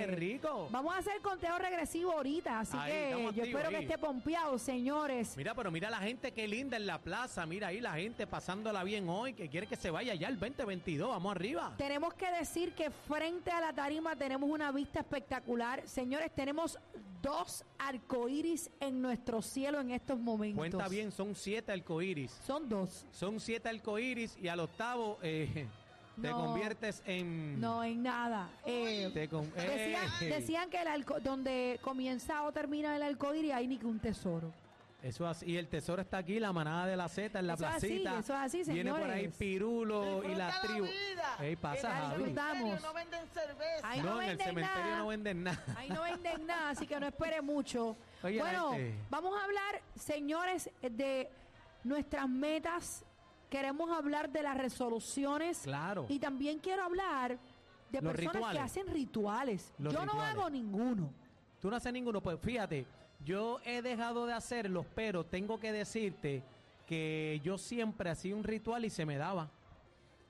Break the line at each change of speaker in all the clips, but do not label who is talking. qué rico.
Vamos a hacer conteo regresivo ahorita, así
Ahí,
que yo
estamos activos
espero que
ahí.
esté pompeado, señores.
Mira, pero mira la gente, qué linda en la plaza, mira ahí la gente pasándola bien hoy, que quiere que se vaya ya el 2022, vamos arriba.
Tenemos que decir que frente a la tarima tenemos una vista espectacular. Señores, tenemos dos arcoíris en nuestro cielo en estos momentos.
Cuenta bien, son siete arcoíris,
Son dos.
son siete arcoíris y al octavo eh, te
No.
conviertes en...
No, en nada. Eh,
te con-
decían,
¡Ey!
decían que el arco- donde comienza o termina el arcoíris hay ni que un tesoro.
Eso así, y el tesoro está aquí, la manada de la Z en la
Eso es así,
placita.
eso es así,
Viene por ahí
señores.
Pirulo y la tribu.
vida.
Ey, pasa,
En el
Javi.
cementerio No venden cerveza.
Ahí no,
No, en el
venden
cementerio
nada.
no venden nada.
Ahí no venden nada, así que no espere mucho.
Oye,
bueno,
este-
vamos a hablar, señores, de nuestras metas. Queremos hablar de las resoluciones.
Claro.
Y también quiero hablar de
Los
personas que
rituales.
hacen rituales.
Los
Yo no
rituales.
hago ninguno.
Tú no haces ninguno. Pues fíjate, yo he dejado de hacerlos, pero tengo que decirte que yo siempre hacía un ritual y se me daba.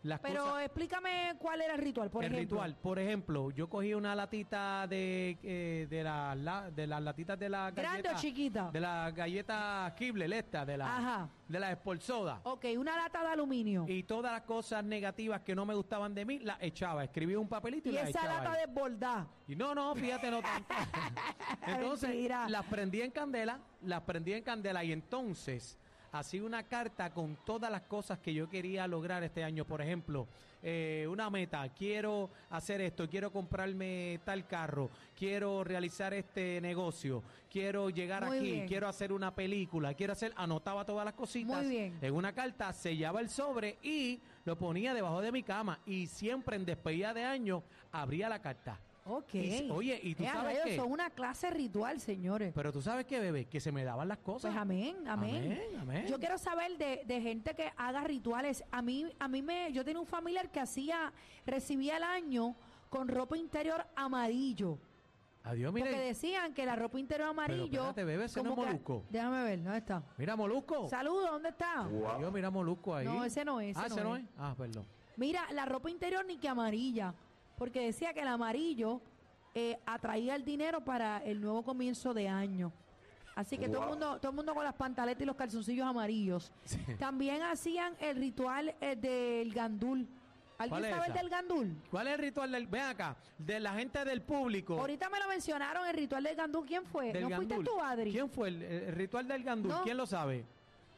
Las
Pero
cosas,
explícame cuál era el ritual, por
el
ejemplo.
ritual, por ejemplo, yo cogí una latita de, eh, de, la- la- de las latitas de la
¿Grande
galleta-
o chiquita?
De las galletas Kibble, esta, de la,
Ajá. Oh.
de la Spolsoda.
Ok, una lata de aluminio. Y,
Y todas las cosas negativas que no me gustaban de mí, las echaba. Escribía un papelito y, las
esa
echaba.
lata
ahí.
desbordada.
Y no, no, fíjate, no tanto. entonces,
Mentira.
las prendí en candela, las prendí en candela y entonces hacía una carta con todas las cosas que yo quería lograr este año. Por ejemplo, eh, una meta, quiero hacer esto, quiero comprarme tal carro, quiero realizar este negocio, quiero llegar
Muy
aquí,
bien.
quiero hacer una película, quiero hacer, anotaba todas las cositas
Muy bien.
en una carta, sellaba el sobre y lo ponía debajo de mi cama y siempre en despedida de año abría la carta.
Ok.
Y- oye, ¿y tú
Eh, a
sabes
rayos,
qué?
Son una clase ritual, señores.
Pero tú sabes qué, bebé, que se me daban las cosas.
Pues amén, amén.
Amén, amén.
Yo quiero saber de, de gente que haga rituales. A mí, a mí me, yo tenía un familiar que hacía, recibía el año con ropa interior amarillo.
Adiós,
Porque
mire.
decían que la ropa interior amarillo.
espérate, bebé, ese no es
como que-
Molusco. Oh.
Déjame ver, ¿dónde está?
Mira Molusco.
Saludos, ¿dónde está?
Adiós, mira Molusco ahí.
No, ese no es, ese
ah,
no
ese no
es.
es. Ah, perdón.
Mira, la ropa interior ni que amarilla. Porque decía que el amarillo eh, atraía el dinero para el nuevo comienzo de año. Así que todo el mundo, todo el mundo con las pantaletas y los calzoncillos amarillos.
Sí.
También hacían el ritual eh, del gandul.
¿Cuál
¿Alguien
es
sabe el
esa?
del gandul?
¿Cuál es el ritual del. Ven acá, de la gente del público.
Ahorita me lo mencionaron, el ritual del gandul. ¿Quién fue?
Oh. del
¿No
gandul.
fuiste tú, Adri?
¿Quién fue el, el ritual del gandul?
No.
¿Quién lo sabe?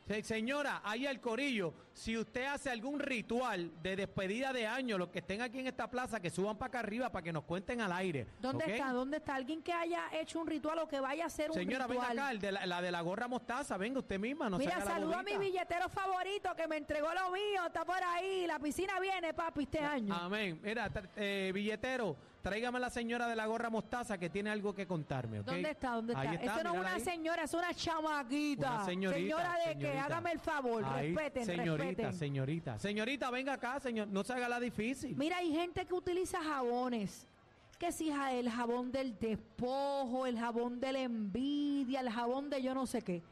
Se- Señora, ahí al corillo, si usted hace algún ritual de despedida de año, los que estén aquí en esta plaza, que suban para acá arriba para que nos cuenten al aire.
¿Dónde
¿ok?
está? ¿Dónde está? ¿Alguien que haya hecho un ritual o que vaya a hacer un
Señora, venga
ritual?
acá, el de la, la de la gorra mostaza, venga usted misma, nos
Mira,
saca la
saludo a mi
bobita.
billetero favorito que me entregó lo mío, está por ahí, la piscina viene, papi, este
Ah,
año.
Amén. Mira, tra- eh, billetero, tráigame a la señora de la gorra mostaza que tiene algo que contarme, ¿ok?
¿Dónde está? ¿Dónde está?
Ahí
Esto no es
mírala
una
ahí.
señora, es una chamaquita.
Una señorita,
Señora de que
señorita.
hágame el favor,
Ahí,
respeten,
señorita,
respeten.
señorita. Señorita, venga acá, señor. No se haga la difícil.
Mira, hay gente que utiliza jabones. Que si ja- el jabón del despojo, el jabón de la envidia, el jabón de yo no sé qué.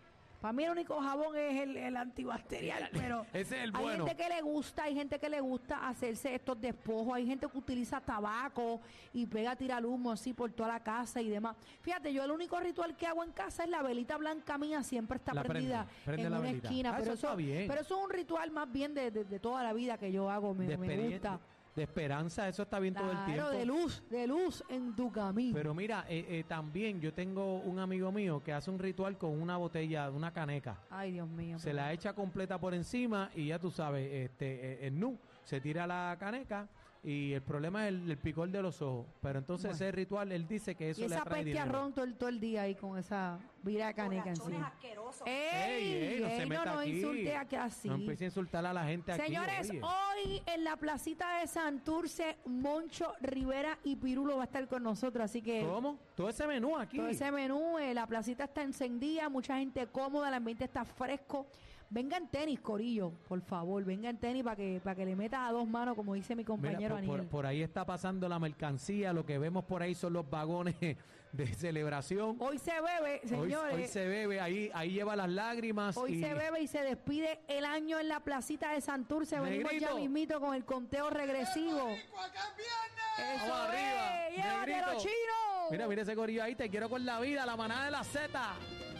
Para mí el único jabón es el, el antibacterial, pero
Ese es el
hay
bueno.
gente que le gusta, hay gente que le gusta hacerse estos despojos, hay gente que utiliza tabaco y pega a tirar humo así por toda la casa y demás. Fíjate, yo el único ritual que hago en casa es la velita blanca mía, siempre está
La prende,
prendida
prende
en
la
una
velita.
esquina,
Ah,
pero,
eso está bien.
pero eso es un ritual más bien de, de- de toda la vida que yo hago, me,
de,
me
expedi-
gusta.
de esperanza, eso está bien todo el
Claro,
tiempo.
de luz, de luz en tu camino.
Pero mira, eh, eh, también yo tengo un amigo mío que hace un ritual con una botella, una caneca.
Ay, Dios mío.
Se la echa completa por encima y ya tú sabes, este, eh, el nu se tira la caneca y el problema es el, el picor de los ojos. Pero entonces
Bueno.
ese ritual, él dice que eso
y
le
esa
atrae
peste a
dinero.
ron todo el, todo el día ahí con esa vira caneca
Borrachones
encima.
asquerosos.
¡Ey!
Ey, ey, no se
ey, no,
meta
no
aquí.
insulte aquí así.
No pues, empecé a insultar a la gente aquí.
Señores,
oye.
hoy en la placita de Santurce, Moncho Rivera y Pirulo va a estar con nosotros, así que
¿Cómo? Todo ese menú aquí.
todo ese menú, eh, la placita está encendida, mucha gente cómoda, el ambiente está fresco. Venga en tenis, Corillo, por favor, venga en tenis para que, para que le metas a dos manos, como dice mi
Mira,
compañero
por- por,
Aniel.
por ahí está pasando la mercancía, lo que vemos por ahí son los vagones de celebración.
Hoy se bebe,
Hoy,
señores.
hoy se bebe, ahí, ahí lleva las lágrimas.
Hoy
y
se bebe y se despide el año en la placita de Santurce. Venimos ya
Negrito.
mismito con el conteo regresivo. ¡Eso
Vamos
es!
arriba,
¡Llévatelo,
negrito.
chino!
Mira, mira ese corillo ahí, te quiero con la vida, la manada de la Z.
assim, um